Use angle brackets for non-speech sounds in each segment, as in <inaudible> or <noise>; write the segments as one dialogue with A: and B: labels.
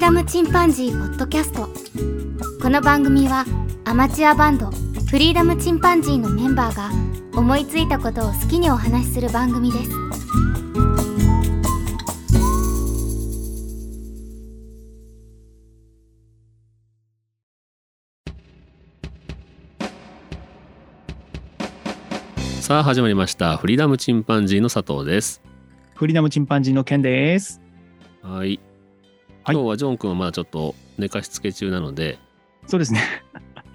A: ダムチンパンジーポッドキャストこの番組はアマチュアバンドフリーダムチンパンジーのメンバーが思いついたことを好きにお話しする番組です
B: さあ始まりましたフリーダムチンパンジーの佐藤です
C: フリーダムチンパンジーのケンです。
B: はい
C: はい
B: 今日はジョン君はまだちょっと寝かしつけ中なので
C: そうですね。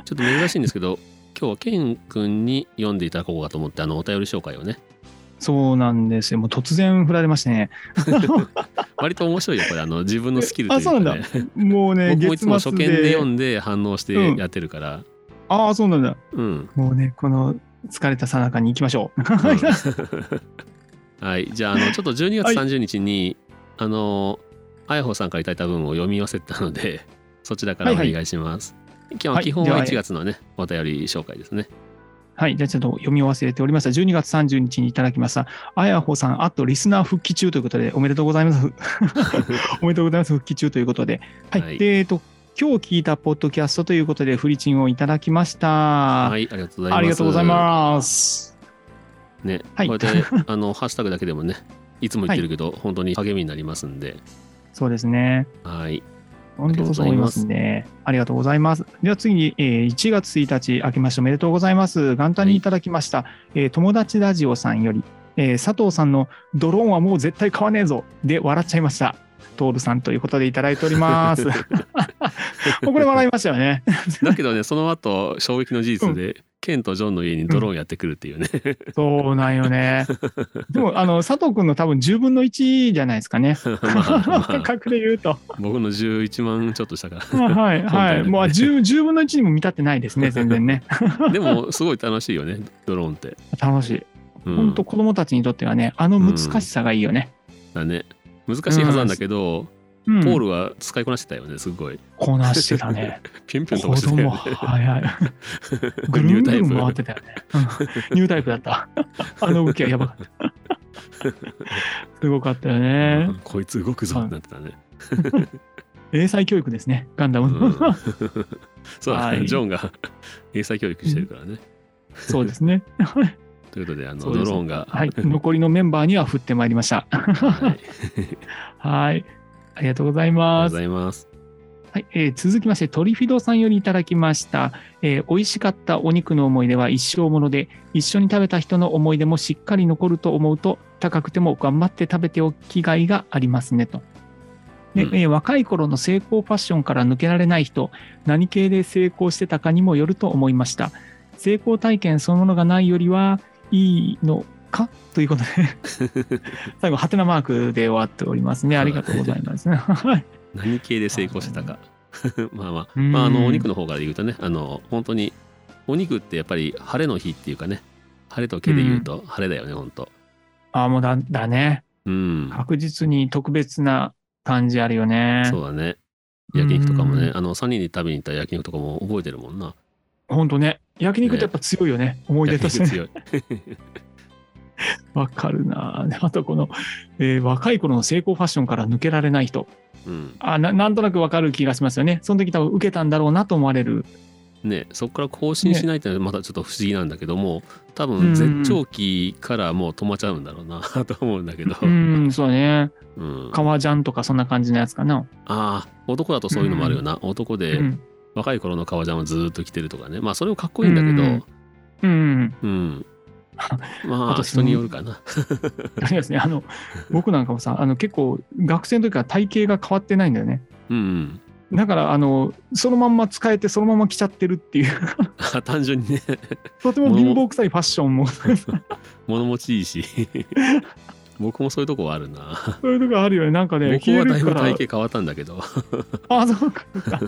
B: ちょっと珍しいんですけど <laughs> 今日はケン君に読んでいただこうかと思ってあのお便り紹介をね
C: そうなんですよ。もう突然振られましてね。
B: 割と面白いよこれあの自分のスキルというか
C: あそうな
B: ね
C: んもう
B: <laughs>
C: ね、
B: 僕もい
C: 月
B: つも初
C: 末
B: 見で読んで反応して
C: うん
B: やってるから
C: ああ、そうなんだ。
B: うん、
C: もうね、この疲れた最中に行きましょう。は
B: うんはいじゃああのちょっと12月30日に、あのあやほさんからいただいた文を読み寄せたので <laughs> そちらからお願いします、今日は基本
C: は
B: はい
C: じ
B: 1
C: ゃあ
B: 月のねお便り紹介ですね
C: い、じゃあちょっと読み忘れておりました。12月30日にいただきました。あやほさん、あとリスナー復帰中ということで、おめでとうござ
B: <laughs>
C: います。おめでとうございます。復帰中ということで。はい。
B: はい
C: で、えっと、今日聞いたポッドキャストということで、フリチンをいただきました。
B: はい、ありがとうございます。
C: ありがとうございます。
B: す。ね、
C: はい
B: こうやってねあのハッシュタグだけでもね、いつも言ってるけど、本当に励みになりますんで、
C: そうですね。
B: はい、
C: 本当そう思いますね。ありがとうございます。では次に、えー1月1日、明けましておめでとうございます。元旦にいただきました、えー友達ラジオさんより、えー佐藤さんのドローンはもう絶対買わねえぞで笑っちゃいました。トールさんということでいただいてお
B: <laughs>
C: ります。もうこれ笑いましたよね。
B: だけどね、その後衝撃の事実で、ケンとジョンの家にドローンやってくるっていうね。
C: そうなんよね。
B: <laughs>
C: でも、あの、佐藤くんの多分10分の1じゃないですかね。
B: <laughs> まあ、
C: <laughs> 価
B: まあ、
C: 格で言うと。
B: 僕の11万ちょっとしたか
C: はい、はい。も
B: 本
C: う
B: 当に
C: 10, 10分の1にも満たってないですね、全然ね。
B: ら。でもすごい楽しいよね、ドローンって。
C: 楽しい。
B: うん
C: 本当子供たちにとってはねあの難しさがいいよね、
B: だね。難しいはずなんだけど、
C: うん
B: ポールは使いこなしてたよね、すごい。
C: こなしてた
B: <laughs>
C: ね
B: ピュンピュン飛
C: 子
B: ばしてた
C: 供
B: よね。 <laughs>
C: 早いぐるんぐるん回ってたよねうんニュータイプだった
B: <laughs>
C: あの動きはやばかったすごかったよね
B: うんこいつ動くぞってなってたね。
C: 英才教育ですねガンダムの、
B: うん <laughs> そうだね、
C: はい
B: ジョンが <laughs> 英才教育してるからね。
C: そうで
B: <laughs>
C: すね
B: ということで、あの
C: そう
B: ド
C: です
B: ローンが、
C: はい残りのメンバーには振ってまいりました
B: はいあり
C: <laughs> はいありがとうござい
B: がとう
C: ま
B: ご
C: す
B: ざいます。
C: はい、えー続きまして、トリフィドさんよりいただきました、えー美味しかったお肉の思い出は一生もので、一緒に食べた人の思い出もしっかり残ると思うと、高くても頑張って食べておきがいがありますねと。で
B: うん
C: えー若い頃の成功ファッションから抜けられない人、何系で成功してたかにもよると思いました。成功体験そのものがないよりは、いいのかということで、
B: <laughs>
C: 最後、ハテナマークで終わっておりますね。ありがとうござい
B: <laughs>
C: ます。はい
B: 何系で成功してたか。まあまあ、
C: うん
B: まあ、あのお肉の方から言うとね、あの本当にお肉ってやっぱり晴れの日っていうかね、晴れと毛で言うと晴れだよね、本当。
C: ああ、もうだだね。
B: うん、
C: 確実に特別な感じあるよね。
B: そうだね。焼肉とかもね
C: う、ん
B: あの3人で食べに行った焼肉とかも覚えてるもんな。
C: ほんとね。焼肉ってやっぱ強いよね。思い出と
B: 焼
C: して
B: 肉
C: ね。
B: 強い。
C: わかるな。 <laughs> であとこの、えー若い頃の成功ファッションから抜けられない人。
B: うん、
C: あななんとなくわかる気がしますよね。その時多分受けたんだろうなと思わ
B: <laughs>
C: れる。
B: ね、そこから更新しないってのはまたちょっと不思議なんだけども、多分絶頂期からもう止まっちゃうんだろうな <laughs> と思うんだけど。
C: うん、そうだね。
B: うん
C: 革ジャンとかそんな感じのやつかな。
B: ああ男だとそういうのもあるよな、男
C: う
B: で
C: ん。
B: 若い頃の革ジャンをずーっと着てるとかねまあそれもかっこいいんだけど、
C: うんうん。
B: うん
C: <laughs>
B: ま
C: あ
B: あ
C: と
B: 人によるかな
C: あれですね。
B: <laughs>
C: あの、僕なんかもさ、あの結構学生の時から体型が変わってないんだよね。
B: うん、うん <laughs>
C: だから、あの、そのまんま使えて、そのまま着ちゃってるっていう。
B: あ単純にね <laughs>
C: とても貧乏臭いファッションも、そう
B: 物持ちいいし <laughs> 僕もそういうとこはあるな、
C: いうとこあるよね。なんかね、
B: 僕はだいぶ
C: 消
B: 体
C: えるか
B: 型変わったんだけど、
C: ら。
B: <laughs>
C: あ、そうか。そうか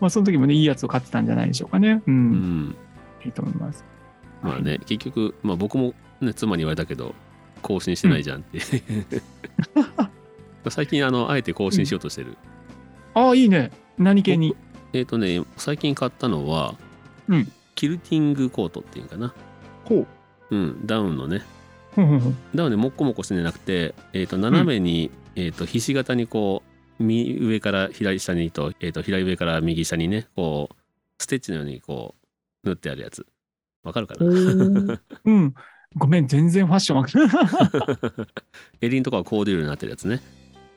C: まあ、その時もね、いいやつを買ってたんじゃないでしょうかね。うん。
B: うん、
C: いいと思います。
B: まあね結局、まあ、僕も、ね、妻に言われたけど更新してないじゃんって
C: <laughs>
B: 最近あのあえて更新しようとしてる、
C: ああ、いいね。何系に。
B: えっ、とね最近買ったのは、
C: うん
B: キルティングコートっていうかな
C: ほ
B: う
C: う。
B: ん、ダウンのね。
C: ほうほうほう
B: ダウンでもっこもこしてなくて、えー、と斜めに、えー、とひし形にこう右上から左下にと,、えー、と左上から右下にねこうステッチのようにこう縫ってあるやつわかるかな
C: うん。ごめん、全然ファッションわかんない。 <laughs>
B: 襟のとこはコーデュローになってるやつね、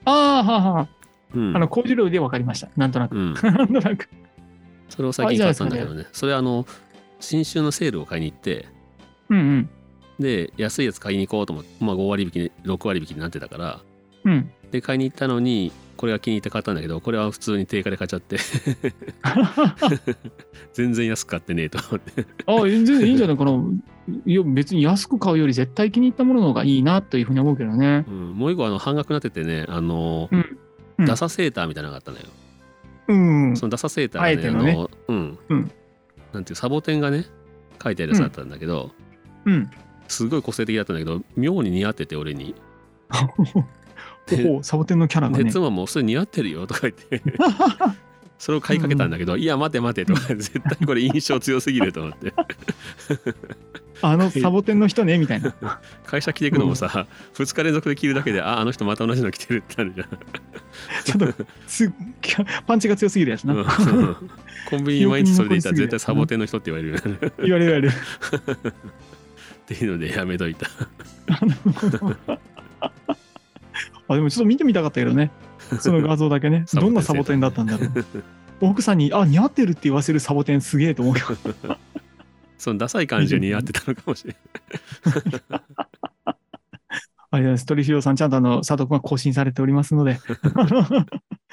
C: ああ、はあはあ。
B: うん、
C: あの、コーデュロイでわかりました。なんとなく。
B: うん、
C: なんとなく。
B: それを最近買ったんだけどねそれあの新種のセールを買いに行って
C: うんうん。
B: で安いやつ買いに行こうと思って、まあ、5割引き、ね、6割引きになってたから
C: うん。
B: で買いに行ったのにこれが気に入って買ったんだけどこれは普通に定価で買っちゃって <laughs> 全然安く買ってねえと思って
C: あ全然いいんじゃないかな。いや、別に安く買うより絶対気に入ったものの方がいいなというふうに思うけどね。
B: うん、もう一個あの半額になっててねあの、
C: うんうん
B: ダサセーターみたいなのがあったのよ、
C: うん。
B: そのダサセーター
C: あえ
B: がね
C: てのね
B: あのうん、
C: うん
B: なんていうサボテンがね書いてあるやつだったんだけど、 <laughs>
C: うん。
B: すごい個性的だったんだけど妙に似合ってて俺にで
C: おお、サボテンのキャラが
B: で
C: ね。
B: 妻も「それ似合ってるよ」とか言
C: <laughs>
B: ってそれを買いかけたんだけど「いや待て待て」とか絶対これ印象強すぎると思って
C: あのサボテンの人ね、みた
B: <laughs>
C: いな。
B: 会社着ていくのもさ、二2日連続で着るだけで「ああの人また同じの着てる」ってなるじゃん
C: ちょっと、すっきゃパンチが強すぎるやつな。
B: うんコンビニ毎日
C: <laughs>
B: それでいたら絶対サボテンの人って言わ <laughs> れるようになる
C: 言われる言われる。
B: っていうのでやめといた、
C: あでもちょっと見てみたかったけどね、その画像だけね
B: サボテン
C: どんなサボテンだったんだろう。奥さんに、あ似合ってるって言わせるサボテンすげえと思うけど、
B: そのダサい感じが似合ってたのかもしれない
C: あれです、トリフィオさん、ちゃんとあの佐藤君は更新されておりますので、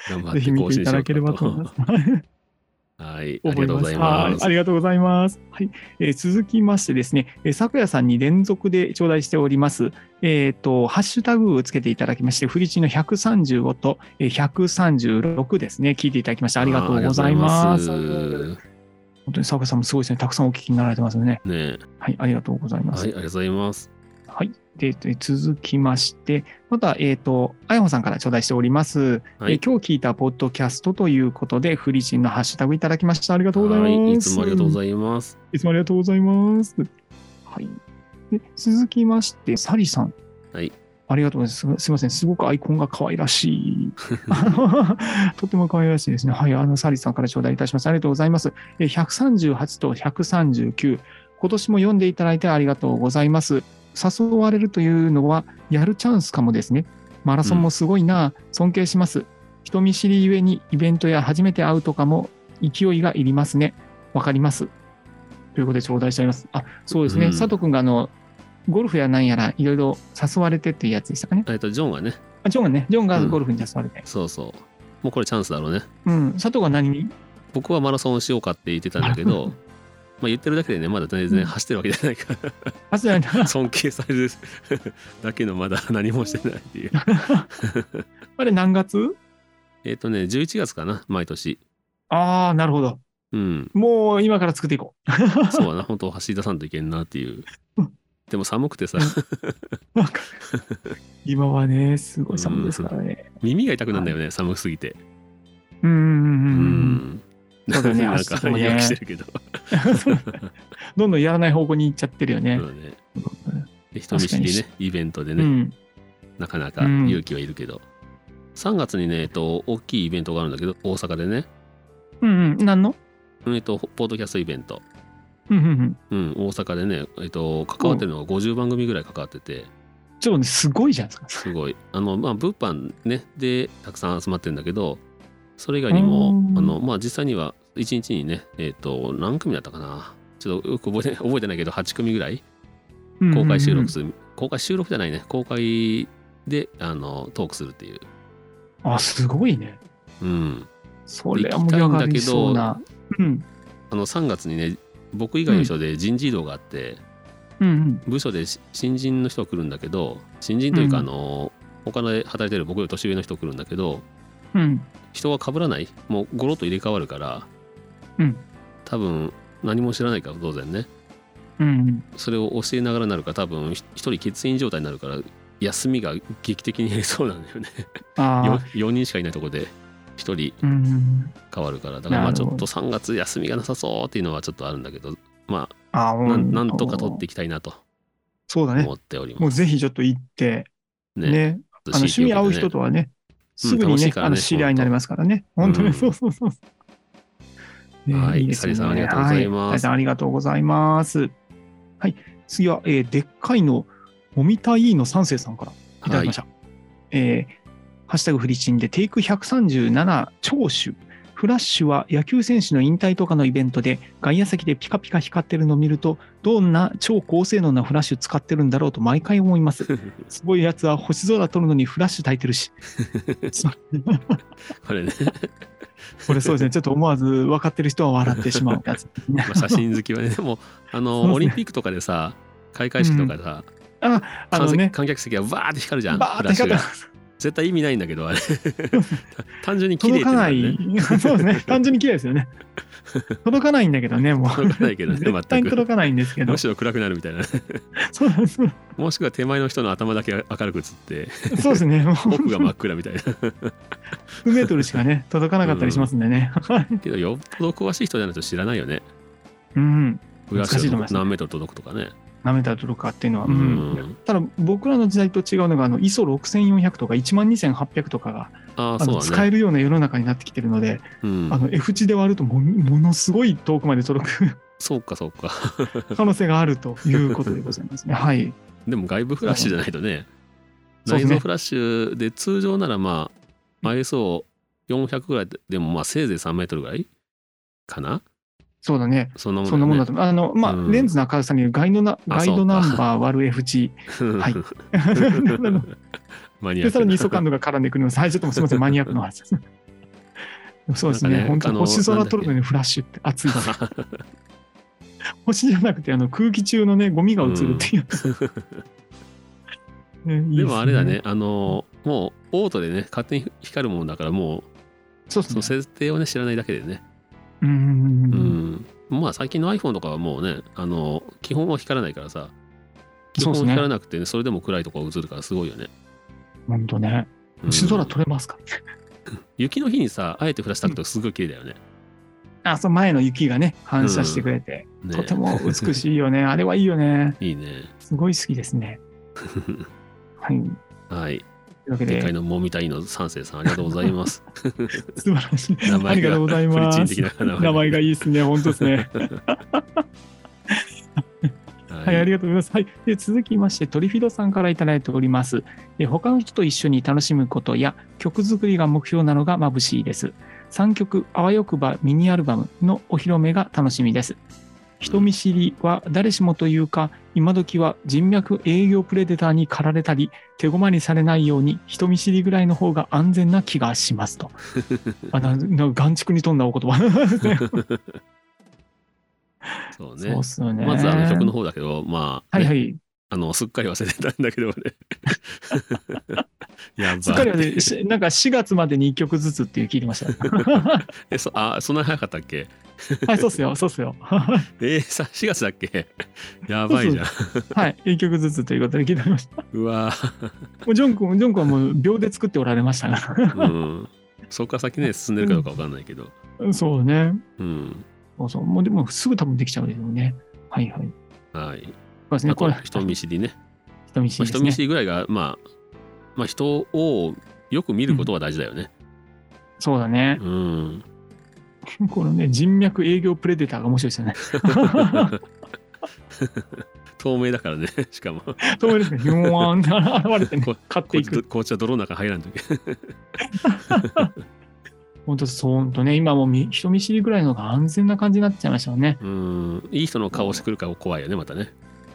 B: 頑張
C: <laughs> ぜ
B: っ
C: ひ
B: て
C: 見
B: 更
C: て
B: 新
C: いた
B: しよ
C: だ
B: う
C: け
B: か
C: れば
B: な
C: と思います。
B: はい、あり
C: 思
B: が
C: い
B: とうご
C: ま
B: ざい
C: す。
B: ま
C: はいあ
B: す。
C: りがとうございます。はい、えー続きましてですね、えー咲夜さんに連続で頂戴しております。えっ、とハッシュタグをつけていただきまして、フリチの135とえー136ですね、聞いていただきましてありがとうございます。
B: ありがとうござい
C: 本
B: ます
C: 当に咲夜さんもすごいですね、たくさんお聞きになられてますよね。
B: ねえ
C: はい、ありがとうございま
B: はい、あ
C: す。
B: りがとうございます。
C: はい。で、え続きまして、また、えっ、と、あやほさんから頂戴しております、
B: はい
C: えー今日聞いたポッドキャストということで、フリチンのハッシュタグいただきました。ありがとうございます。
B: はい、いつもありがとうございます。
C: いつもありがとうございます。はい。で、続きまして、サリさん。
B: はい。
C: ありがとうございます。すみません。すごくアイコンが可愛らしい。 <laughs> あのとても可愛らしいですね。はい。あの、サリさんから頂戴いたします。ありがとうございます。え138と139。今年も読んでいただいてありがとうございます。誘われるというのは、やるチャンスかもですね。マラソンもすごいな。尊敬します。人見知りゆえに、イベントや初めて会うとかも勢いがいりますね。わかります。ということで頂戴しております。あ、そうですね。
B: うん
C: 佐藤君があの、ゴルフやなんやらいろいろ誘われてっていうやつでしたかね。
B: えっと、ジョンはね、
C: あ、ジョンがね、ジョンが
B: うん
C: ゴルフに誘われて。
B: そうそう。もうこれチャンスだろうね。
C: うん、佐藤が何に
B: 僕はマラソンをしようかって言ってたんだけ
C: <laughs>
B: ど、まあ言ってるだけでね、まだ全然走ってるわけじゃないから、
C: あ、そうなんだ。
B: 尊敬されるだけのまだ何もしてないって
C: <laughs>
B: いう。
C: <laughs> あれ何月
B: えっとね、11月かな、毎年。
C: <laughs> ああ、なるほど。 <laughs>
B: うん、
C: もう今から作っていこ
B: そうだな、本当走り出さんといけんなって
C: <laughs>
B: いう
C: うん。
B: でも寒く
C: <laughs>
B: てさ、
C: う。わかる今はね、すごい寒いですからね。
B: 耳が痛くなるんだよね、寒すぎて。
C: うん、うん、
B: う
C: うん
B: ん。
C: そうだ
B: <laughs>
C: ね
B: なん
C: 足とか
B: か
C: もね
B: 言い訳してるけど。
C: うん。どんどんやらない方向に行っちゃってるよね
B: そう。だね。で人見知り
C: 確
B: ね、イベントで
C: う
B: ね、
C: ん。
B: なかなか
C: うん
B: 勇気はいるけど。3月にね、えっと、大きいイベントがあるんだけど、大阪でね、
C: うん、うん。何の
B: うんえっと、ポッドキャストイベント。
C: うん、うん、うん。
B: うん、大阪でね、えっと、関わってるのが50番組ぐらい関わってて、
C: ちょっとね、すごいじゃないですか。
B: すごい。あの、まあ、物販ね、で、たくさん集まってるんだけど、それ以外にも
C: う、ん
B: あの、まあ、実際には、1日にね、えっと、何組だったかな。ちょっとよく覚えて <laughs> 覚えてないけど、8組ぐらい公開収録する、公開収録じゃないね公開であのトークするっていう、
C: うんうんうんあ、すごいね。
B: うん、
C: それは盛り上がりそうな。うん、
B: あの3月にね僕以外の人で人事異動があって、
C: うん、うん。
B: 部署でし新人の人が来るんだけど新人というか、
C: うん
B: あの他で働いてる僕より年上の人来るんだけど
C: うん、
B: 人が被らないもうゴロッと入れ替わるから
C: うん、
B: 多分何も知らないから当然ね
C: うん。
B: それを教えながらなるから多分ひ一人欠員状態になるから休みが劇的に減りそうなんだよね
C: あ
B: 4, 人しかいないとこで一人
C: あ、うん。
B: 変わるからだからまあ
C: な
B: ち
C: る
B: ょ
C: ほ
B: っ
C: ど
B: と3月休みがなさそうっていうのはちょっとあるんだけどま
C: あ
B: あ
C: ー
B: な
C: うん
B: んなんとか取っていきたいなと
C: そうだね
B: 思。っており
C: も
B: ま
C: う
B: す。
C: ぜひちょっと行って、ね、あの趣味合う人とはね、すぐに
B: 楽し
C: ね
B: い、からね
C: あの知り合いになりますからね。本当
B: う
C: に、
B: ん
C: そうそうそうそう。ね
B: はい
C: です
B: サリーさんあり
C: ね
B: がとうございます
C: はいサリーさんありがとうございます。はい、次は、えーでっかいの、もみたいの三世さんからいただきました。えーハッシュタグフリチンで、テイク137長州。フラッシュは野球選手の引退とかのイベントで外野席でピカピカ光ってるのを見るとどんな超高性能なフラッシュ使ってるんだろうと毎回思います。
B: <laughs>
C: すごいやつは星空撮るのにフラッシュ焚いてるし。
B: これね、
C: これそう
B: <laughs>
C: ですね、ちょっと思わず分かってる人は笑ってしまうやつ。
B: まあ写真好き
C: <laughs>
B: はね、でも、あの、
C: そうですね
B: オリンピックとかでさ、開会式とかさ、
C: あ
B: 観
C: の
B: 客
C: ね、
B: 観客席がバーって光るじゃん、
C: バー
B: フ
C: っ
B: ラッ
C: て
B: シュ
C: 光っ
B: が
C: て。
B: 絶対意味ないんだけ
C: <laughs>
B: ど、あれ。単純に綺麗っ
C: 届
B: て
C: かな
B: る
C: い
B: ね。。
C: <laughs> そうですね、単純に綺麗です
B: <laughs>
C: よね。届かないんだけどね、もう。
B: 届かないけどね
C: 絶対に
B: 全く
C: 届かないんですけど
B: む。しろ暗くなるみたいな。
C: そうなんです
B: もしくは手前の人の頭だけ明るく映って、
C: <laughs> そうですね、もう
B: 奥が真っ暗みた
C: <laughs>
B: いな。
C: 6メートルしかね、届かなかったりしますんでね。
B: けど、よっぽど詳しい人じゃないと知らないよね。
C: うん、
B: フラッシ
C: 難しい
B: ュ
C: と思
B: が
C: います
B: 何メートル届くとかね。
C: 何メートル届くかっていうのは。う
B: うんん。
C: ただ僕らの時代と違うのがあの ISO6400 とか12800とかが
B: ああ、
C: あの
B: そう
C: 使
B: だね。
C: えるような世の中になってきてるので、
B: うん
C: あ。の F 値で割るともものすごい遠くまで届く <laughs>
B: そうか、そうか。
C: 可能性があるということでございますね。はい。
B: でも外部フラッシュじゃないとね、
C: そうで
B: 内
C: すね
B: 蔵フラッシュで通常ならまあ、ISO400 ぐらいでもまあせいぜい3メートルぐらいかな
C: そうだね。
B: そんなもん
C: そんなもん
B: と。
C: だと思う。あの、まあ、
B: うん
C: レンズの明るさによるガイドな
B: あ
C: ガイドナンバー割る
B: <laughs>
C: F <laughs> 値。はい
B: マニアック
C: で、さ
B: な
C: らにイソ感度が絡んでくるのです。はい、ちょっともうすみません、マニアックな
B: <laughs>
C: 話です。そうです
B: なんか
C: ね。
B: ね
C: 本当
B: あの
C: 星空撮るのにフラッシュって熱いです。星じゃなくて、あの空気中のね、ゴミが映るって
B: <laughs>
C: いう。ねいいすね
B: でもあれだね、。あの、もうオートでね、勝手に光るもんだから、もう
C: そうで
B: その
C: すね。
B: 設定をね、知らないだけでね。
C: うんうん
B: う
C: うんうん。
B: ん。まあ最近の iPhone とかはもうね、あの、基本は光らないからさ、基
C: そう
B: 本は
C: ですね
B: 光らなくてね、それでも暗いとこ映るからすごいよね。
C: 本当ね。
B: うん
C: 星空撮れますか
B: 雪の日にさあえて降らしたくとすごい綺麗だよね。
C: あ、そう、前の雪がね、反射してくれて、
B: ね
C: とても美しいよ
B: <laughs>
C: ね。あれはいいよね。
B: いいね。
C: すごい好きで
B: <laughs>
C: すね。はい。とい
B: はい。
C: うわけ
B: でっかい
C: で、
B: のもみたいの三世さんありがとうござい
C: <laughs>
B: ます。
C: 素晴らしい。
B: 名前が
C: ありがとうございます。
B: プリチン的な名前
C: 名前がいいですね。本当で
B: <laughs>
C: すね。はい、ありがとうございます。はい、で続きまして、トリフィドさんからいただいております。え他の人と一緒に楽しむことや曲作りが目標なのが眩しいです。3曲、あわよくばミニアルバムのお披露目が楽しみです。人見知りは誰しもというか、今時は人脈営業プレデターに駆られたり、手ごまにされないように人見知りぐらいの方が安全な気がしま
B: <laughs>
C: すと。あなな眼畜に富んだお言葉。
B: そう
C: そう
B: ね
C: っ。すよね。
B: まずあの曲の方だけど、まあ、
C: はい
B: ね
C: はい。
B: あのすっかり忘れてたんだけどね。 <laughs> やばい。
C: すっかりはね、しなんか4月までに1曲ずつっていう聞いてました。 <laughs> は
B: えそあそんなに早かったっけ？
C: い、そうっすよ、そうっすよ。 <laughs>
B: えー、さ4月だっけ？やばいじゃん。
C: はい、1曲ずつということで聞いておりました。 <laughs> も
B: うわー
C: うジョン君、ジョン君はもう秒で作っておられましたが。
B: うん。そこから先ね進んでるかどうかわかんないけど。
C: <laughs> そうね。
B: うん。
C: そうそう。もうでもすぐ多分できちゃうでしょうね。はいはい。そう
B: はい。
C: ですね、
B: あ
C: これ
B: と、人見知りね。
C: 人見知
B: まあ、
C: り
B: 人
C: ですね。
B: 見知りぐらいが、まあ、まあ人をよく見ることは大事だよね。
C: そうだね。
B: うん。
C: このね、人脈営業プレデターが面白いですよね。 <laughs>
B: 透明だからね、 <laughs> しかも。
C: そうですね、ヒュンワンって現れてね
B: こ、
C: 買っ
B: こ
C: て
B: っ
C: い
B: ち
C: く。
B: こっちは泥の中入らんといけない。
C: 本当そう、本当ね、今もうみ人見知りぐらいのが安全な感じになっちゃいましたよね。
B: うん。いい人の顔してくるから怖いよね、またね。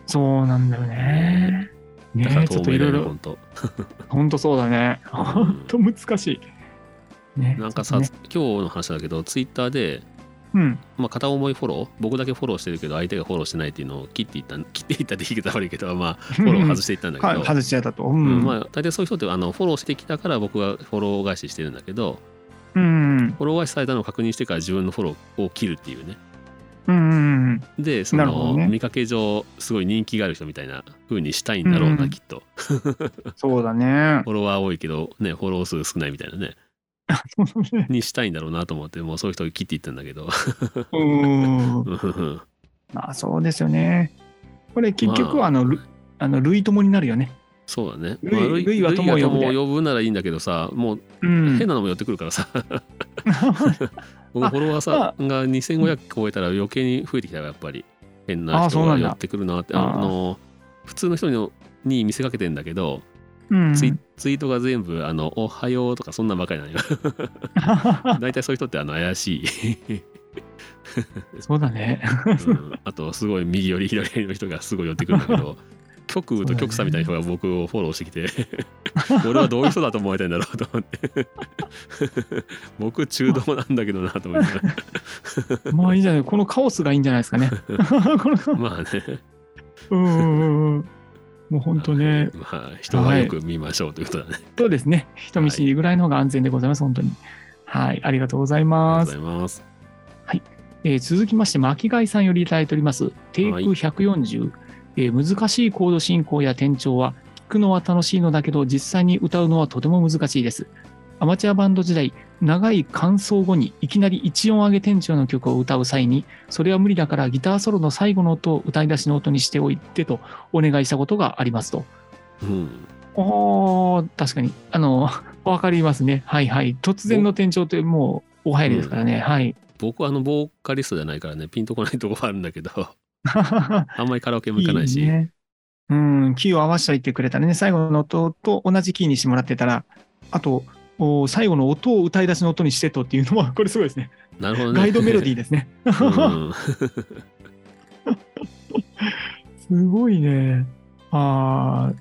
C: そうなんだよね。
B: だか
C: ね
B: ら
C: えちょ
B: 透
C: っと
B: 明
C: い
B: だ
C: ろ
B: よ
C: い
B: ね、
C: ろ
B: ほ、んと。
C: 本当そうだね。本当難しい。ね、
B: なんかさ、
C: ね
B: 今日の話だけど、ツイッターで、
C: うん、
B: まあ、片思いフォロー、僕だけフォローしてるけど、相手がフォローしてないっていうのを切っていったん、 <laughs> 切っていったって言い方悪いけど、まあ、
C: フ
B: フォロー外していったんだけど、
C: 外しちゃったと。う
B: うん
C: ん、
B: まあ、大体そういう人ってあのフォローしてきたから僕がフォロー返ししてるんだけど、
C: うん、
B: フォロー返しされたのを確認してから自分のフォローを切るっていうね。
C: うん、
B: で、そ
C: なるほ
B: の、
C: どね
B: 見かけ上、すごい人気がある人みたいな風にしたいんだろうな、
C: うん
B: きっと。
C: そう
B: <laughs>
C: だね
B: フ。ォロワー多いけど、ね、フォロー数少ないみたいなね。にしたいんだろうなと思って、もうそういう人を切っていったんだけど。
C: うん、
B: うん
C: まあそうですよね。これ結局
B: まあ
C: あの、ルあの類友になるよね。
B: そうだね。
C: ルイ
B: まあル
C: ルイは友を呼ぶね
B: ルイは友を呼ぶならいいんだけどさ、もう
C: うん
B: 変なのも寄ってくるからさ、僕
C: あ
B: フォロワーさんが2500超えたら余計に増えてきたからやっぱり変な
C: あそ
B: 人
C: うな
B: が
C: んだ
B: 寄ってくるなってあ
C: あー
B: の普通の人にに見せかけてんだけど、
C: <laughs> うん
B: ツイツイートが全部「あのおはよう」とかそんなんばかりなの
C: <laughs>
B: よ大体そういう人ってあの怪しい、
C: そうだね。
B: うんあとすごい右寄り左寄りの人がすごい寄ってくるんだけ
C: <laughs>
B: ど極右と極左みたいな人が僕をフォローしてきて俺はどういう人だと思われてんだろうと思って
C: <laughs>
B: 僕中道なんだけどなと思いな
C: <laughs>
B: がら
C: まあいいじゃない。このカオスがいいんじゃないで
B: <laughs>
C: すかね。このカオス
B: まあね
C: うんうんうんうん。もう本当ね。
B: まあ、人はよく見ましょうということだね。
C: そうですね。人見知りぐらいの方が安全でございます。本当に。はい。ありがとうござい
B: あ
C: ま
B: りが
C: す
B: と。うございます。
C: えー続きまして、巻貝さんよりいただいております、テイク140、えー難しいコード進行や転調は、聞くのは楽しいのだけど、実際に歌うのはとても難しいです。アマチュアバンド時代、長い間奏後にいきなり1音上げ転調の曲を歌う際に、それは無理だからギターソロの最後の音を歌い出しの音にしておいてとお願いしたことがありますと。
B: うん、
C: おー、確かに。あの、 <laughs> わかりますね。はいはい。突然の転調ってもうお入りですからね。はい。
B: 僕はあのボーカリストじゃないからね、ピンとこないとこはあるんだけど、あんまりカラオケも行かないし、
C: <laughs> <laughs> いねうん、キーを合わせておいてくれたらね、最後の音と同じキーにしてもらってたら、あと、お最後の音を歌い出しの音にしてとっていうのは、 <laughs> これすごいですね。
B: なるほどね。
C: ガイドメロディーですね。 <laughs>
B: うん
C: すごいね。あー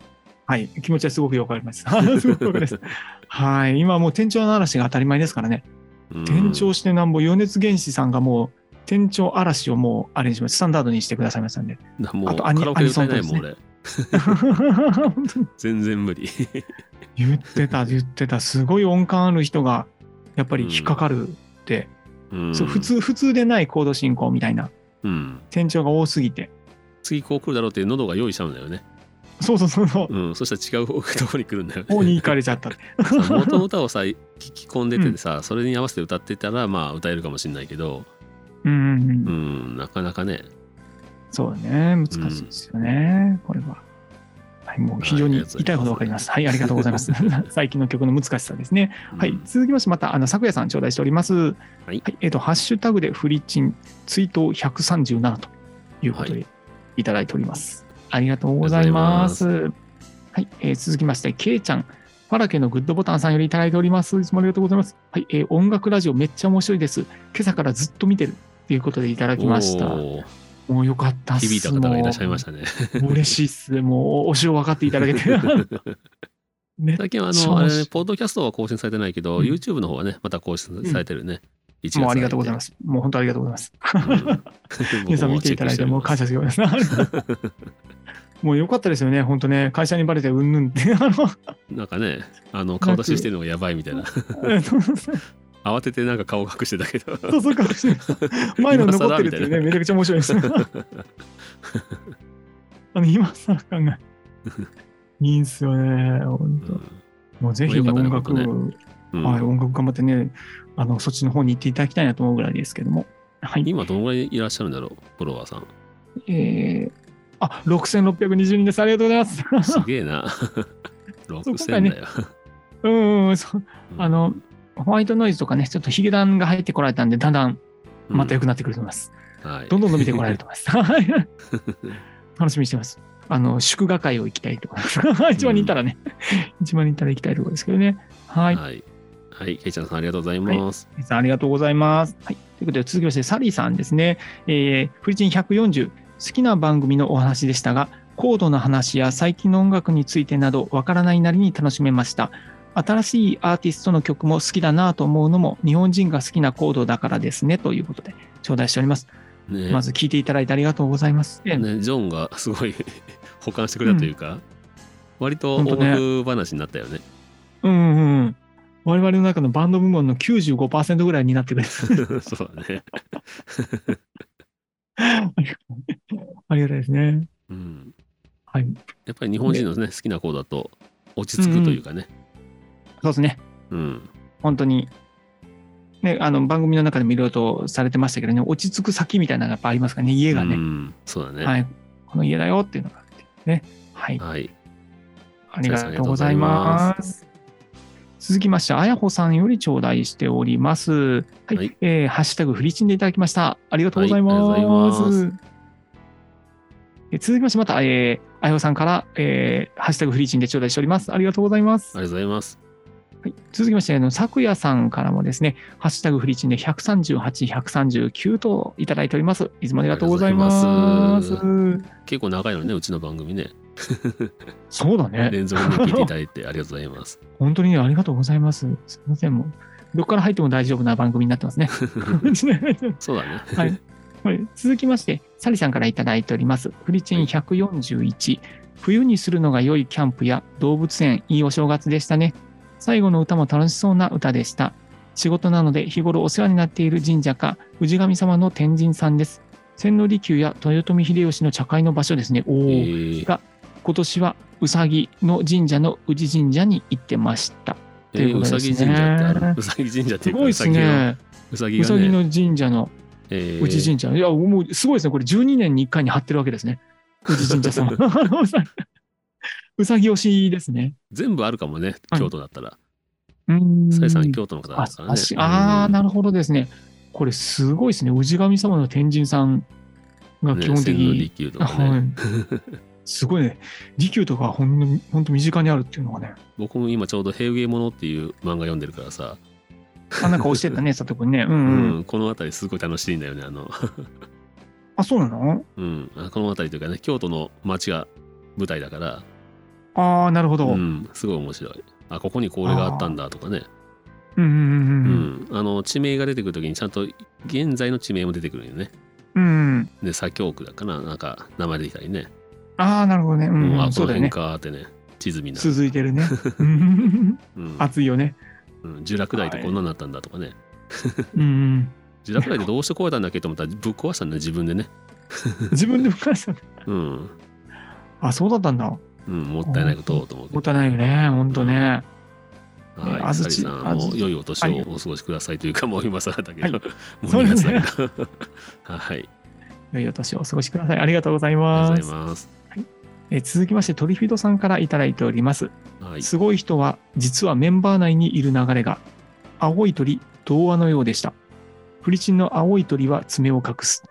C: はい、気持ちはすごくよくわかります。 <laughs> すごくわかります。はい、今もう転調の嵐が当たり前ですからね。
B: うん
C: 転調してなんぼ、余熱原子さんがもう、転調嵐をもう、あれにします。スタンダードにしてくださいました
B: <laughs>
C: んで。
B: だも
C: あ
B: う
C: と
B: カ
C: アニ
B: ラオケ歌えないもん、
C: アニソンと
B: 俺。
C: 本当に
B: 全然無
C: <laughs>
B: 理。
C: 言ってた言ってたすごい音感ある人がやっぱり引っかかるって、
B: うん、
C: そう普。通普通でないコード進行みたいな
B: うん。
C: 転調が多すぎて
B: 次こう来るだろうって喉が用意しちゃうんだよね。
C: そうそうそうそう
B: うん。そしたら違うとこに来るんだよ
C: 方に
B: <laughs> ね。
C: 行かれちゃった
B: さ元の歌をさ、聞き込んでてさ、それに合わせて歌ってたら、まあ歌えるかもしれないけど、
C: うんうんうん、
B: うん、なかなかね。
C: そうだね難しいですよね、これは。はい、もう非常に痛いほどわかります。はい、ありがとうござい
B: <laughs>
C: ます。最近の曲の難しさですね。は
B: う
C: い
B: ん、
C: 続きまして、また、あの、咲夜さん頂戴しております。はいえっ、と、ハッシュタグでフリチン、ツイート137ということ
B: は
C: でいただいております。ありがとうございます。
B: あ
C: はい、えー続きまして、けいちゃん、ファラケのグッドボタンさんよりいただいております。いつもありがとうございます。はい、えー音楽ラジオめっちゃ面白いです。今朝からずっと見てるということでいただきました。
B: おー
C: もうよかったっす。
B: 響いた方がいらっしゃいましたね。
C: た。もう嬉しいっす。もう、お城分かっていた
B: <laughs>
C: だけて。ね、
B: 最近はあ
C: そう
B: の、あれね、ポッドキャストは更新されてないけど、
C: うん
B: YouTube の方はね、また更新されてるね。一。
C: もうありがとうございますす。もう本当ありがとうございます。
B: うん
C: <laughs> 皆さん見ていただいてもう
B: <laughs>
C: 感謝してください。もう良かったですよね、本当ね、会社にバレてうんぬん
B: <laughs>
C: って、あの、
B: なんかね、あの顔出ししてるのがやばいみたいな。慌ててなんか顔隠してたけど。
C: そうそうかもしれない前の残ってるっていうね、めちゃくちゃ面白
B: <laughs>
C: いです。あの、今更考え。いいんすよね、本
B: う
C: 当。
B: ん
C: もうぜひね、
B: よかったね
C: 音楽、
B: 本 <laughs> うん
C: はい、音楽頑張ってね、あの、そっちの方に行っていただきたいなと思うぐらいですけども。はい。
B: 今どのぐらいいらっしゃるんだろう、フォロワー <laughs> さん。
C: えー、あ、6620人です。ありがとうございま
B: <laughs>
C: す。
B: すげえな。6000だよ。
C: うんうん、そう
B: うん
C: あの、ホワイトノイズとかね、ちょっとヒゲダンが入ってこられたんで、だんだんまた良くなってくると思います。
B: はい
C: どんどん伸びてこられると思
B: <laughs>
C: います。はい楽しみにしてます。あの、祝賀会を行きたいと思います。 <laughs> 一番にいたらね、一番にいたら行きたいところですけどね。はい。
B: はい。はい、ケイちゃんさんありがとうございます。
C: 皆さんありがとうございます。はい、ということで続きましてサリーさんですね。えー、フリチン140好きな番組のお話でしたがコードの話や最近の音楽についてなどわからないなりに楽しめました。新しいアーティストの曲も好きだなと思うのも日本人が好きなコードだからですねということで頂戴しております。
B: ね
C: まず聞いていただいてありがとうございます。
B: ね、ジョンがすごい <laughs> 保管してくれたというか、割と
C: ほんと
B: 音
C: ね
B: 楽話になったよね。 <laughs>
C: うんうんうん。我々の中のバンド部門の95%ぐらいになってくれて
B: そうだね。
C: <laughs> ありが <laughs> たいですね。
B: うん。
C: はい。
B: やっぱり日本人のね、好きな子だと落ち着くというかね。
C: そうですね。
B: うん。
C: 本当に、ね、あの番組の中でもいろいろとされてましたけどね、落ち着く先みたいなのがやっぱありますからね、家が
B: う
C: ね、
B: んそうだね。
C: はい、この家だよっていうのがあってね、はい、
B: はい。
C: あありがとうございます。続きまして、あやほさんより頂戴しております。はい、
B: はい
C: えーハッシュタグフリチンでいただきました。ありがとうございます。
B: はいありがとうござい
C: えー続きまして、また、えー、あやほさんから、えーハッシュタグフリチンで頂戴しております。ありがとうございます。
B: ありがとうございます。
C: はい、続きまして、あの、さくやさんからもですね、ハッシュタグフリチンで138、139といただいております。いつもありがとうございます。
B: ありがと結構長いのね、うちの番組ね。
C: そうだね。
B: 連続で聞いていただいてありがとうござい
C: <laughs>
B: ます。
C: 本当にねありがとうございます。すみません、もう。どっから入っても大丈夫な番組になってま
B: <laughs>
C: すね。 <laughs>
B: そうだね。
C: はい。はい、続きまして、サリさんからいただいております。フリチン141。冬にするのが良いキャンプや動物園、いいお正月でしたね。最後の歌も楽しそうな歌でした。仕事なので日頃お世話になっている神社か、氏神様の天神さんです。千利休や豊臣秀吉の茶会の場所ですね。おお。
B: えー
C: 今年はうさぎの神社の宇治神社に行ってました。
B: え
C: という
B: ー
C: こ
B: う
C: と
B: さ
C: ですね
B: ぎ神社ってある、うさぎ神社って
C: す
B: いうか、
C: ごいで
B: う
C: す
B: さぎの、
C: ね。
B: うさぎ
C: う
B: が
C: さぎ
B: ね、
C: の神社の
B: えー
C: 宇治神社。いや、もうすごいですね。これ12年に1回に貼ってるわ
B: <laughs>
C: けですね。宇治神社さん。 <laughs> あのうさうさぎ推しですね。
B: 全部あるかもね、京都だったら。
C: うーん。
B: さえさん、京都の方だ
C: あ
B: から
C: あ
B: ね
C: し。あー、な
B: る
C: るほどですね。これすごいですね。氏神様の天神さんが基本的
B: 千
C: に。
B: 利休とか
C: は
B: ね。
C: い。
B: <laughs>
C: すごいね。利休とかほんのほんと身近にあるっていうのがね。
B: 僕も今ちょうど「平家物」っていう漫画読んでるからさ、
C: あ、なんか推し
B: <laughs>
C: てたね、佐藤君ね。う、
B: うん
C: うん。
B: この辺りすごい楽しいんだよねあの、 <laughs>
C: あ、そうなの
B: うん、あこの辺りというかね京都の町が舞台だから、
C: ああ、なるほど。う、
B: うんん、すごい面白いあここにこれがあったんだとかね
C: うん、うん
B: う
C: う
B: ん、
C: ん、
B: あの地名が出てくるときにちゃんと現在の地名も出てくるよね
C: うん。うん、
B: で左京区だからなんか名前出てきたりね、
C: ああ、なるほどね。う、
B: もうん
C: う
B: あ
C: ん、
B: こ
C: そう
B: の
C: だ
B: 辺
C: よね。
B: かーってね地図見ながら
C: 続いてるね。うん
B: うん
C: 熱いよね。
B: うん、聚楽台ってこんなんなったんだとかね
C: うん、
B: 聚楽台ってどうして壊れたんだっけと思ったらぶっ壊したんだね自分でね
C: うん。自分で吹かれてたね。
B: うん、
C: あ、そうだったんだ。も
B: うん、もったいないことをと思うけど
C: ったいないよね。ほんとね。
B: はい、
C: 安
B: 安
C: 土
B: さん、
C: 安土
B: もう良いお年
C: は
B: を
C: い
B: お過ごしくださいというか、もう今更だけ
C: はい
B: ど、 <laughs> も
C: そうですね
B: 今更だけど <laughs> はい、
C: 良いお年をお過ごしください。ありがとうござい
B: ありがとう
C: ま
B: ご
C: す。
B: ざいます。
C: えー続きまして、トリフィドさんからいただいております。
B: はい、
C: すごい人は実はメンバー内にいる流れが青い鳥童話のようでしたフリチンの青い鳥は爪を隠す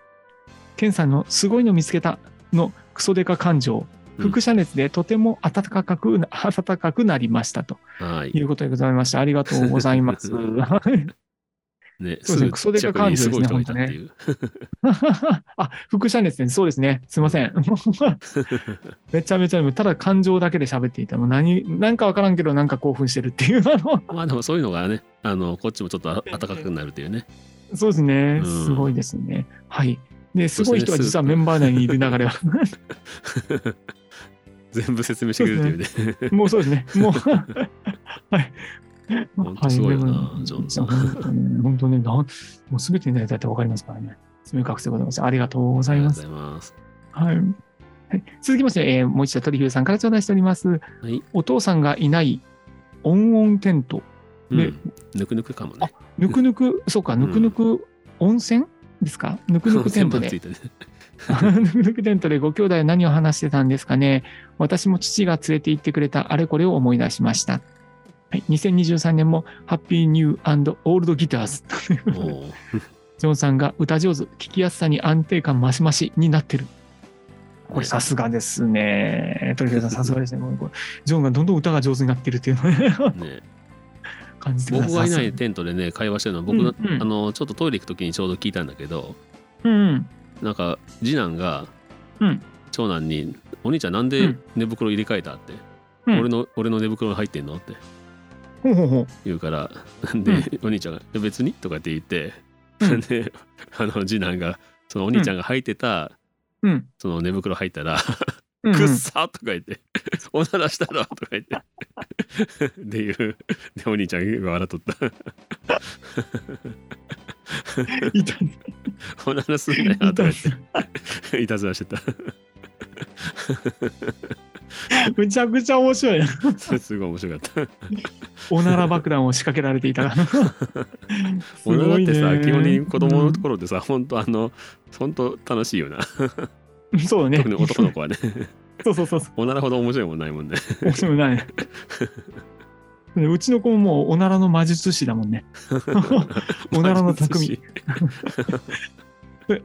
C: ケンさんのすごいの見つけたのクソデカ感情
B: うん
C: 副射熱でとても暖かくな、暖かくなりましたと
B: はい
C: い、うことでございました。ありがとうござい
B: <laughs>
C: ます。はい
B: ね、
C: そうですね
B: すぐ
C: クソデカ
B: 近くにすごい人が
C: 感
B: いたっ
C: じですね
B: ていう。
C: あ、副射熱ね。そうですね。すいません。
B: <laughs>
C: めちゃめちゃ、ただ感情だけで喋っていた。もう何、なんかわからんけど、なんか興奮してるっていう、あの、
B: まあでもそういうのがね、あのこっちもちょっとあ暖かくなるっていうね。
C: そうですね。
B: うん
C: すごいですね。はい。で、
B: そ
C: す
B: してね
C: ごい人は実はメンバー内にいる
B: <laughs>
C: 流れは、
B: 全部説明してくれるっていうね。
C: もうそうですね。もう、はい。
B: 本当すごいよな
C: は
B: ジョンさん
C: 本当ね、本当ね、なんもうすべてね、だってわかりますからね。爪隠せございます。ありがとうござ
B: あ
C: い
B: りが
C: ま
B: とうご
C: す。
B: ざいます。
C: はい。はい続きまして、えーもう一度鳥ヒューさんから頂戴しております。
B: い
C: お父さんがいない、オンオンテント、
B: う
C: で
B: ん、ぬくぬくかもね。
C: ぬくぬく、そうか、ぬくぬく温泉ですかぬく
B: <laughs>
C: ぬくテントで
B: つ。いてね。
C: <laughs> ぬくぬくテントでご兄弟は何を話してたんですかね。私も父が連れて行ってくれたあれこれを思い出しました。はい、2023年もハッピーニューオールドギターズ。
B: もう
C: ジョンさんが歌上手、聞きやすさに安定感増し増しになってる。これさすがですね。トリフィーさんさすがですね。もうこれジョンがどんどん歌が上手になってるっていうのをね <laughs>
B: ね、
C: 感じてくださ
B: 僕
C: い。
B: がいないテントでね、会話してるのは僕の、
C: うんうん
B: あのちょっとトイレ行くときにちょうど聞いたんだけど、
C: うん
B: なんか次男が
C: うん
B: 長男に「お兄ちゃんなん
C: う
B: で
C: ん
B: 寝袋入れ替えた?」って、
C: うん
B: 俺の「俺の寝袋に入ってんの?」って
C: うん。ほうほうほう。
B: 言うからで、お兄ちゃんがいや「別に?」とかって言って、
C: うん
B: であの次男がそのお兄ちゃんが履いてた、
C: うん。
B: その寝袋入ったら
C: う
B: 「
C: ん
B: くっさ!」とか言って「おならしたら?」とか言ってっていうでお兄ちゃんが笑っとった
C: いた
B: 「おならすんなよ」とか言っていたずらしてた
C: むちゃくちゃ面白いな。
B: すごい面白かった。
C: おなら爆弾を仕掛けられていた。
B: おならって
C: すごい
B: さ
C: ね
B: 基本的に子供の頃ってさ、ほんとあのほんと楽しいよな
C: うんそうだね。
B: 特に男の子はね
C: そうそうそうそ
B: おならほど面白いもんないもんね。
C: う。面白いない。うちの子ももうおならの魔術師だもんね。おならの匠。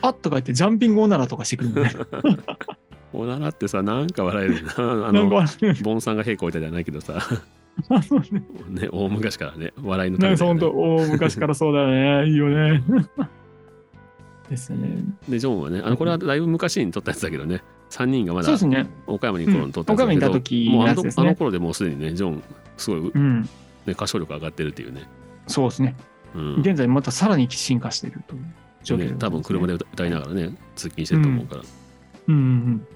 C: あっとか言ってジャンピングおならとかしてくるもんね。
B: <laughs> おならってさ、なんか笑えるよな。 <laughs> あ
C: なんか
B: の、
C: 笑ってる
B: ボンさんが平行みたいじゃないけど
C: <laughs>
B: さ、
C: あそうね
B: ね、大昔からね、笑いの
C: なんか
B: だよ
C: 本
B: ね
C: 当、おー昔からそうだ
B: <laughs>
C: よね。いいよね。ですね。
B: で、ジョンはね、あの、これはだいぶ昔に撮ったやつだけどね、3人がま
C: そう
B: だ
C: ですね。
B: 岡山に行く頃に撮ったやつだけ
C: うん岡山にい
B: ど、
C: た時
B: もう
C: の
B: あ
C: や
B: の
C: つです
B: あ
C: ね
B: の頃でもうすでにね、ジョン、すごい、ね、
C: うん。
B: 歌唱力上がってるっていうね。
C: そうですね。
B: うん
C: 現在またさらに進化しているという状況でござい
B: ね、
C: ますね
B: 多分車で歌歌いながらね、通勤してると思うから。
C: うんうんうん。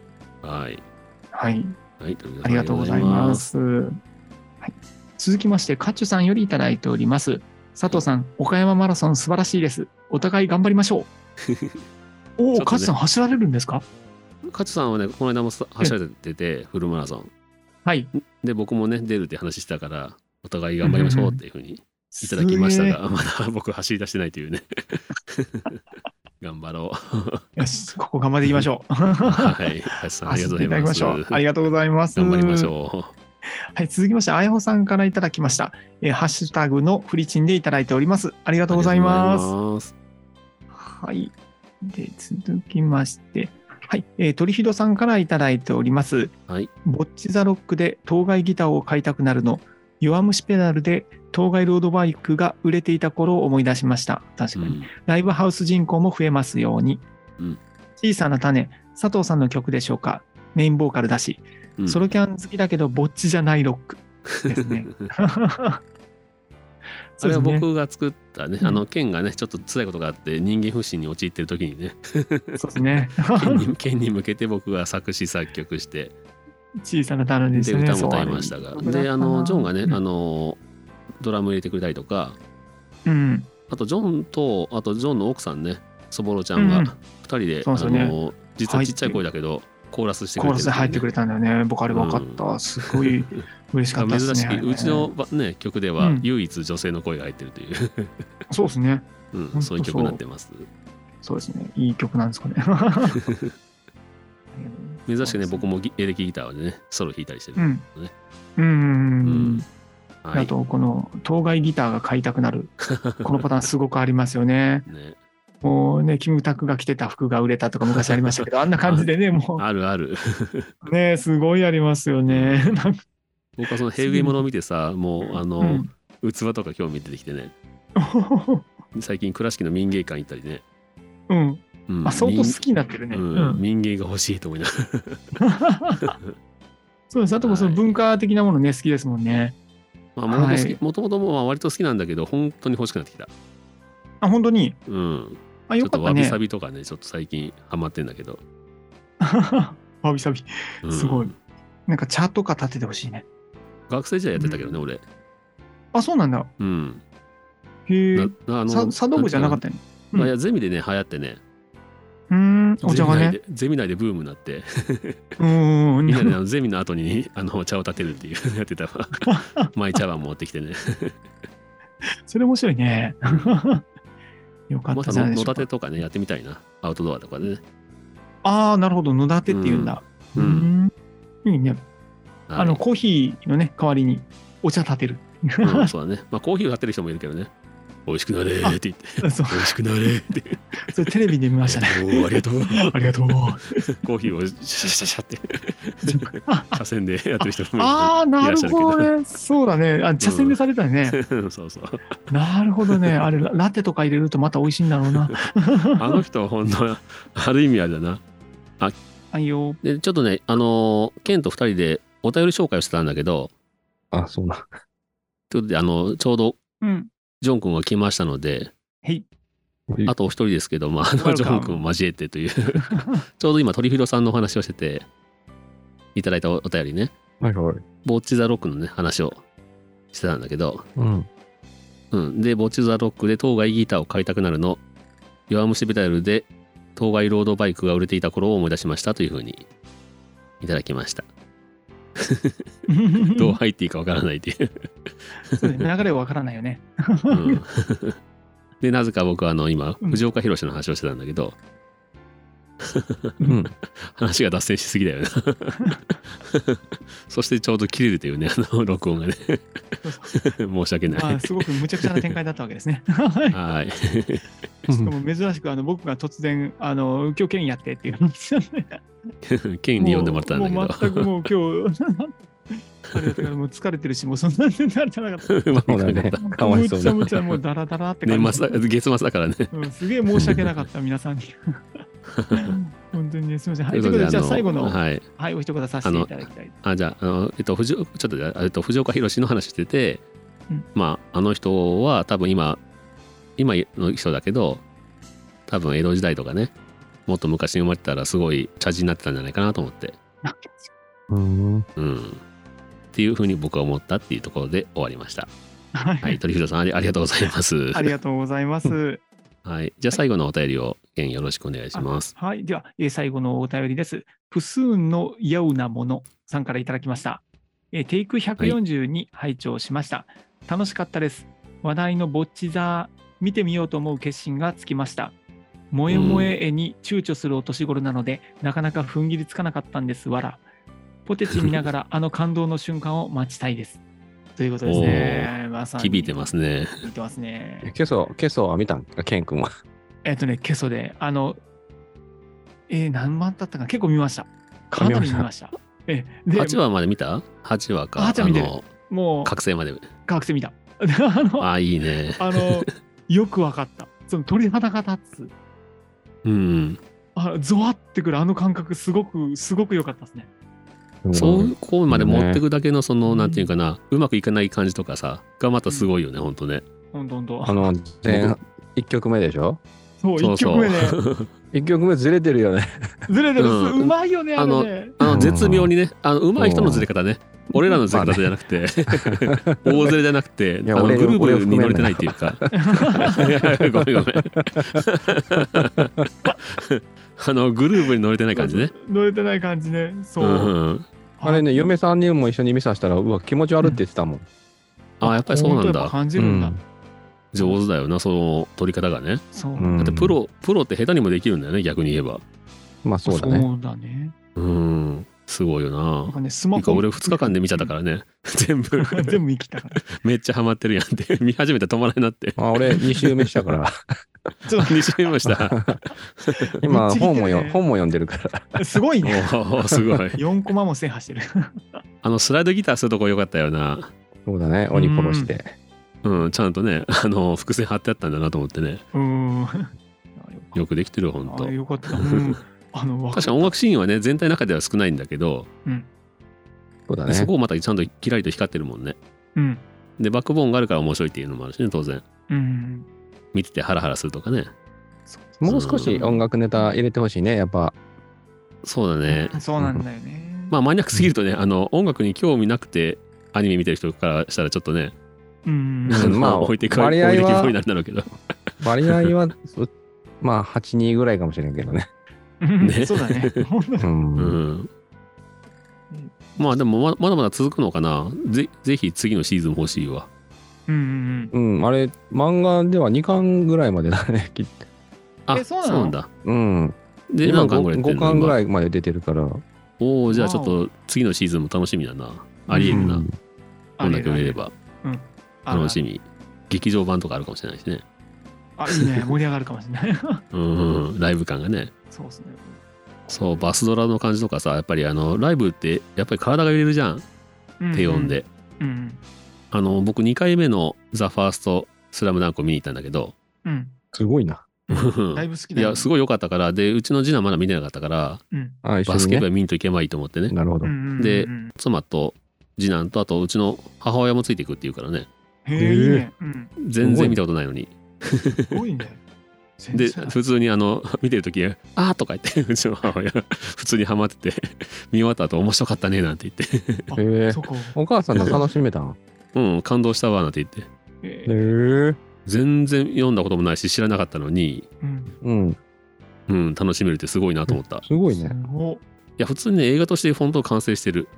B: はい。
C: はい。
B: はい、ということで
C: ありがとうございま。す。はい続きまして、カッチュさんよりいただいております。佐藤さん、岡山マラソン素晴らしいです。お互い頑張りま
B: <laughs>
C: しょう。おお、
B: ちょっとね
C: カッチュさん走られるんですか
B: 勝さんはね、この間もさ走られてて、フルマラソン。
C: はい。
B: で、僕もね、出るって話したから、お互い頑張りましょうっていうふうにいただきましたが、まだ僕走り出してないという
C: <laughs>
B: ね。頑張ろう。
C: すげー。よし、ここ頑張っていきま
B: <laughs>
C: しょう。
B: はい。勝さん、ありがとうござい
C: 走ってただ
B: ま。
C: きますしょうありがとうございます。
B: 頑張りましょ
C: はい、続きまして、あやほさんからいただきました。えーハッシュタグのフリチンでいただいております。ありが
B: う。
C: とうござい
B: あ
C: ま
B: り
C: す
B: が。とうございます。
C: はい。で、続きまして、はい。えー、鳥ひどさんからいただいております。
B: はい。
C: ボッチザロックで当該ギターを買いたくなるの。弱虫ペダルで当該ロードバイクが売れていた頃を思い出しました。確か
B: う
C: に。
B: ん
C: ライブハウス人口も増えますように。
B: うん
C: 小さな種、佐藤さんの曲でしょうか。メインボーカルだし、
B: うん
C: ソロキャン好きだけど、ぼっちじゃないロックですね。
B: <laughs> あ
C: そう
B: れ
C: です
B: は
C: ね
B: 僕が作ったね、
C: うん
B: あの、剣がね、ちょっと辛いことがあって、人間不信に陥ってる時にね、
C: <laughs> そうですね。
B: 剣 <laughs> に剣に向けて僕が作詞作曲して、
C: 小さな種です
B: で
C: よね。
B: 歌も歌いましたが、
C: そう
B: であのジョンがね、
C: うん
B: あのドラム入れてくれたりとか
C: うん、
B: あとジョンとあとジョンの奥さんねそぼろちゃん
C: う
B: が
C: ん
B: 2人で、
C: そうですよね
B: あの実はちっちゃい声だけどコーラスしてく
C: コー
B: れ
C: ラ
B: て
C: スで入ってく
B: れ
C: れたんだよね。僕あれ分かった。すごい嬉しかったですね。
B: 珍し
C: あれ
B: く
C: ね
B: うちの、ばね、曲では
C: うん
B: 唯一女性の声が入ってるという、
C: そうですね。
B: うん
C: ほんと
B: そういう曲になってます
C: そうですね。いい曲なんです
B: <laughs>
C: かね。
B: 珍しくね
C: そうです
B: 僕もギエレキギターでねソロ弾いたりして
C: う
B: る、
C: ん。うん。
B: うんは
C: あ
B: い、
C: と、この当該ギターが買いたく
B: <laughs>
C: なる。このパターンすごくありますよね。
B: ね、
C: もうね、キムタクが着てた服が売れたとか昔あり
B: <laughs>
C: ましたけど、あんな感じでね、も
B: あるある <laughs>
C: うね、すごいありますよね。なんか
B: 僕はその平芸ものを見てさもうあの、
C: うん
B: 器とか興味出てきてね最近倉敷の民芸館行ったりね、
C: うん。
B: うん
C: あ、相当
B: 民
C: 好きになってるね。
B: うん
C: うん
B: 民芸が欲しいと思いながら <laughs>
C: そうです。あとこうその文化的なものね、好きですもんね。
B: まあもともと好き
C: はい
B: もともとも割と好きなんだけど本当に欲しくなってきた、
C: あ、本当に。
B: うん、
C: あ、
B: ち
C: よ
B: ょっと
C: かった
B: わび
C: ね
B: さ。びとかねちょっと最近ハマってんだけど、
C: <laughs> わびさび。
B: うん
C: すごいなんかチャートとか立ててほしいね。
B: 学生時代やってたけどね、俺、
C: あ、そうなんだ。
B: うん、
C: へえ。
B: なあ
C: さ茶道部じゃなかったたね。うん
B: いやゼミでね流行ってね
C: うーん、お
B: ゼ
C: 茶
B: ミ
C: が
B: 内
C: ね。
B: でゼミ内でブームになって
C: うーん。
B: みんなであのゼミの後にあの茶を立てるっていうやってたわマイ茶碗持ってきてね
C: <laughs> それ面白いね。 <laughs> よかっ
B: ま
C: た
B: た
C: じゃ
B: の
C: ない
B: 野
C: でしょ
B: 立
C: うか
B: て。とかねやってみたいなアウトドアとかでね、
C: ああ、なるほど。野立てって言うんだ。
B: うん
C: うん。いいね。
B: はい
C: あの、コーヒーのね、代わりにお茶立て
B: <laughs>
C: る。
B: うん、そうだね。まあ、コーヒーを買ってる人もいるけどね。美味しくなれーって言って。
C: そう、
B: 美味しくなれーって言って。
C: それテレビで見まし
B: <laughs>
C: たね。
B: おーありがとう。
C: ありがとう。
B: コーヒーをシャシャシャシャって、
C: あ
B: 茶筅でやってる人もいる。
C: <laughs> あー、なるほどね。そうだね。あ、茶筅でされたね。
B: そうそう。
C: なるほどね。 <laughs> あれ、ララテとか入れるとまた美味しいんだろう <laughs> な。
B: あの人はほんと、ある意味あれだな。
C: はいよ。
B: で、ちょっとね、あのー、ケンと二人でお便り紹介をしてたんだけど、
D: あ、そうな。
B: ということで、あの、ちょうど
C: うん。
B: ジョン君が来ましたので、
C: はい。
B: あとお一人ですけど、まあ、あの
C: Welcome
B: ジョン君を交えてという、 <laughs> ちょうど今、鳥広さんのお話をしてて、いただいたおお便りね。
D: はいはい。
B: ボッチザロックのね話をしてたんだけど、
D: うん。
B: うん、でボッチザロックで当該ギターを買いたくなるの弱虫ペダルで当該ロードバイクが売れていた頃を思い出しましたというふうにいただきましたどう入っていいかわからないという、
C: そうね流れわからないよね。
B: うん、 <laughs> でなぜか僕はあの今藤岡弘の話をしてたんだけど、
C: うん、
B: 話が脱線しすぎだよね <laughs> そしてちょうど切れるというねあの録音がね <laughs> 申し訳な
C: ま
B: い
C: あ、すごく無茶苦茶な展開だったわけですね。はい
B: はい
C: し <laughs> かも珍しくあの僕が突然あの今日県やってっていう話なんで
B: 県に読んでもらったんだけ
C: もうもう全
B: ど
C: くもう今日 <laughs> あれだからもう疲れてるしもうそんなに慣れてなかった。
B: う <laughs> まくいかなかっ
D: そうだねかわいそう
C: むちゃ
D: だ
C: むちゃもうダラダラって
B: た
C: 感じ
B: 年末だ月末だからね
C: うん、すげえ申し訳なかった皆さんに。本当にねすみません。はい、ということ
B: で
C: でじゃあ最後の、はい、
B: はい
C: お一言させていただきたい。
B: あじゃああの、えっと、藤ちょっとじゃあえっと藤岡弘の話してて、
C: うん
B: まああの人は多分今今の人だけど多分江戸時代とかねもっと昔に生まれてたらすごい茶人になってたんじゃないかなと思って、
D: うん
B: うん、っていうふうに僕は思ったっていうところで終わりました。
C: はい、
B: はい、鳥広さんありありがとうございます。
C: ありがとうございます。
B: はい、じゃあ最後のお便りを件よろしくお願いします。
C: はい、では、えー最後のお便りです。プスーンのヤウなものさんからいただきました。えーテイク140に拝聴しました。楽しかったです。話題のボッチザー、見てみようと思う決心がつきました。萌え萌え絵に躊躇するお年頃なので、なかなか踏ん切りつかなかったんですわら。ポテチ見なが
B: <laughs>
C: らあの感動の瞬間を待ちたいです。ということですね。まさに
B: 響いてますね。
C: 響いてますね。
D: 今朝、今朝は見たんか、ケン君は。
C: えっとね、ケソで、あの、えー何万だったかな、結構見ました。かなり見ました。ええで、
B: 8話まで見た ?8 話か。
C: 8話見てる
B: あの
C: もう、
B: 覚醒まで。
C: 覚醒見た。で <laughs> あの、
B: あ
C: あ
B: あ、いいね。
C: の、よくわかった。その鳥肌が立つ、
B: うん。
C: あゾワってくるあの感覚、すごく、すごく良かったですね。
B: そうこうまで持ってくだけのその、
C: ね
B: なんていうかなうまくいかない感じとかさがまたすごいよね、ほんとね
C: ほんとほん
D: あ
C: と。
D: の、前1曲目でしょ
C: そう、
B: そ
C: 1
B: うそ
C: 曲
B: う <laughs>
C: 目ね、
D: ?1 曲目ずれてるよね。
C: ずれてる、
B: うん
C: すうまいよね、あれ
B: <laughs>
C: ね。
B: あの絶妙にねあの上手い人のずれ方ね俺らのずれ方じゃなくて <laughs> 大ずれじゃなくて
D: い
B: あ
D: や
B: のグ
D: 俺
B: ルー
D: 俺を
B: ブ
D: 含
B: に
D: め
B: 乗れ
D: る
B: て
D: な
B: ないっていうか <laughs> ごめんごめんあのグルーブに乗れてない感じね
C: <laughs> 乗れてない感じね。そうう。
B: んうん
D: あれね、嫁さんにも一緒に見させたら、うわ、気持ち悪いって言ってたもん。
B: ああやっぱりそうなん
C: 本当やっぱ
B: だ
C: 感じ
D: う
C: るんだ。
D: ん
B: 上手だよなその取り方がね
C: そう。
D: うん
B: だってプロプロって下手にもできるんだよね逆に言えば
D: まあそうだね。
C: そうだね。
B: うんすごいよな
C: なんかね、ス
B: な
C: マ
B: んか
C: ホ。
B: 俺2日間で見ちゃったからね全部
C: <laughs> 全部生きたから。
B: めっちゃハマってるやんって <laughs> 見始めたら止まらなくなって <laughs>
D: あ俺、2週目したから、
C: ちょっと
B: 2週目も
C: <laughs>
B: した
D: 今、本も
C: ぶっちぎってる
D: よ
C: ね
D: 本も読んでるから。
C: <laughs> すごい
B: お
C: ね。
B: ーすごい
C: 4コマも制覇してる。
B: あのスライドギターするとこ良かったよな
D: そうだね、鬼殺して。
B: うんちゃんとねあの伏線貼ってあったんだなと思ってね
C: うーん。あ
B: よくできてるよほんと
C: あよかった。うん。あの、わか
B: 確かに音楽シーンはね全体の中では少ないんだけど、
D: そうだね。
B: そこをまたちゃんとキラリと光ってるもんね
C: うん。
B: でバックボーンがあるから面白いっていうのもあるしね当然
C: うん。
B: 見ててハラハラするとかね
D: もう少し音楽ネタ入れてほしいね、やっぱ。
B: そうだね
C: そうなんだよね。
B: まあマニアックすぎるとねあの音楽に興味なくてアニメ見てる人からしたらちょっとね
C: うん。
D: うんまあ
B: 置いてか置い
D: 割合は
B: てきぼりなんだろうけど
D: 割合は、そまあ、8、2ぐらいかもしれんけどね。
B: ね
C: そうだ <laughs> ね。ほんと
D: う。
B: うんんまあでもままだまだ続くのかなぜぜひ次のシーズン欲しいわ
C: うんうん
D: うん、あれ、漫画では2巻ぐらいまでだね、きっと。
B: あ
C: えそうなの
B: なんだ
D: うん。
B: で
D: 今
B: 何巻ぐらい
D: 5, 巻ぐら
B: い
D: いまで出てるから。
B: おおじゃあちょっと次のシーズンも楽しみだなありえるな、
D: うん
B: こんだけ売れれば
C: あ
B: 楽しみ劇場版とかあるかもしれないしね
C: あ、いいね。盛り上がるかもしれない。 <laughs>
B: うんうんライブ感がね
C: そうですね。
B: そうバスドラの感じとかさやっぱりあのライブってやっぱり体が揺れるじゃん
C: うん
B: 低音で、。
C: うん。
B: あの僕2回目の「ザ・ファーストスラムダンクを見に行ったんだけど
C: うん。
D: すごいな。
C: だいぶ好き
B: い
C: だよ。
B: やすごい良かったからでうちの次男まだ見てなかったから
C: うん。
D: あ、一緒
B: バス
D: に
B: ケ部
D: ね。
B: は見にといけばいいと思ってね
D: なるほど
C: う。ん。
B: で
C: うん
B: 妻と次男とあとうちの母親もついていくっていうからね
C: へえ、いいね。うん。
B: 全然見たことないのに
C: すごいね。全
B: で
C: 然
B: 普通にあの <laughs> 見てる時「あー」とか言ってうちの母親普通にハマってて見終わった後面白かったねなんて言って
C: あ
D: へえ
C: そうか。
D: お母さんの楽しめた
B: <laughs>
D: ん
B: うん感動したわなんて言って
C: へ
D: へ
C: え
D: え。
B: 全然読んだこともないし知らなかったのに
C: うん。
D: うん。
B: うん楽しめるってすごいなと思ったい
D: すごい
C: す
D: ね。
C: ごっ。
B: や普通にね映画としてフォント完成してる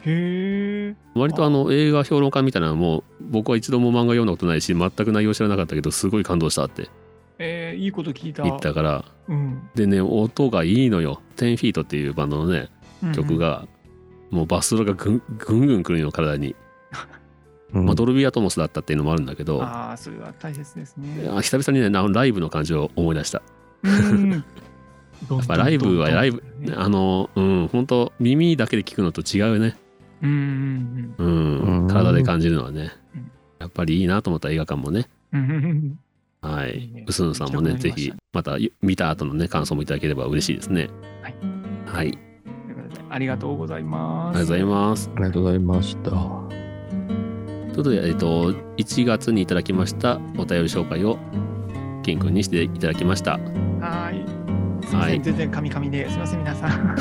C: へえ。
B: 割とあの映画評論家みたいなのも僕は一度も漫画読んだことないし全く内容知らなかったけどすごい感動したって
C: えーいいこと聞いた。
B: 行ったから
C: うん
B: でね音がいいのよ10フィートっていうバンドのね
C: うん
B: 曲。が、もうバスロがぐんぐんぐん来るの体に、
D: うん
B: まあ、ドルビーアトモスだったっていうのもあるんだけどあ
C: ああ、それは大切ですね。
B: 久々にねなライブの感じを思い出した
C: <laughs> うん。
B: やっぱライブはライブ
C: ね
B: あのうん本当耳だけで聞くのと違うよね
C: うんうん
B: うん
D: うん
B: 体で感じるのはね
C: うん
B: やっぱりいいなと思った映画館もね
C: うんうん。
B: はい
C: い
B: い
C: ね
B: うすんさんもね
C: 行きた
B: ぜ
C: くなりましたね
B: ひまた見た後のね感想もいただければ嬉しいですね
C: はい、
B: はい、
C: ということでありがとうございま
B: ありが
C: す。
B: とうございます
D: ありがとうございました。
B: ということで、えっと、1月にいただきましたお便り紹介を、ケン君にしていただきました。
C: はい。すいません、全然カミカミですいません、皆さん。あ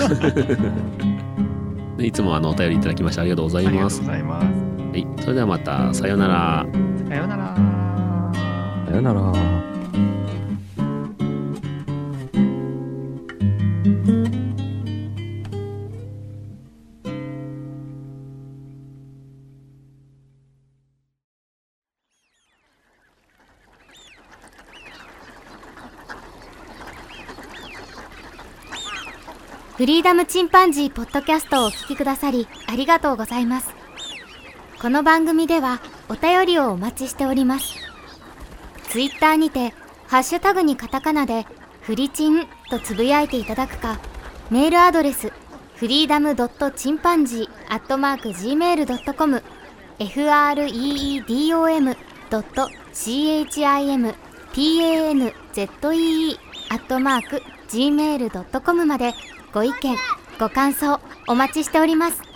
B: でいつもあのお便りいただきましてありがとうござい
C: り
B: ま
C: がと <laughs> う
B: す。
C: ございます。
B: はい、それではまた、さようなら。
C: さようなら。
D: さよなら。
A: フリーダムチンパンジーポッドキャストをお聞きくださりありがとうございます。この番組ではお便りをお待ちしております。ツイッターにて、ハッシュタグにカタカナで、フリチンとつぶやいていただくか、メールアドレス、フリーダムドットチンパンジーアットマーク Gmail.com、freedom ドット chimpanzee アットマーク Gmail.com までご意見、ご感想お待ちしております。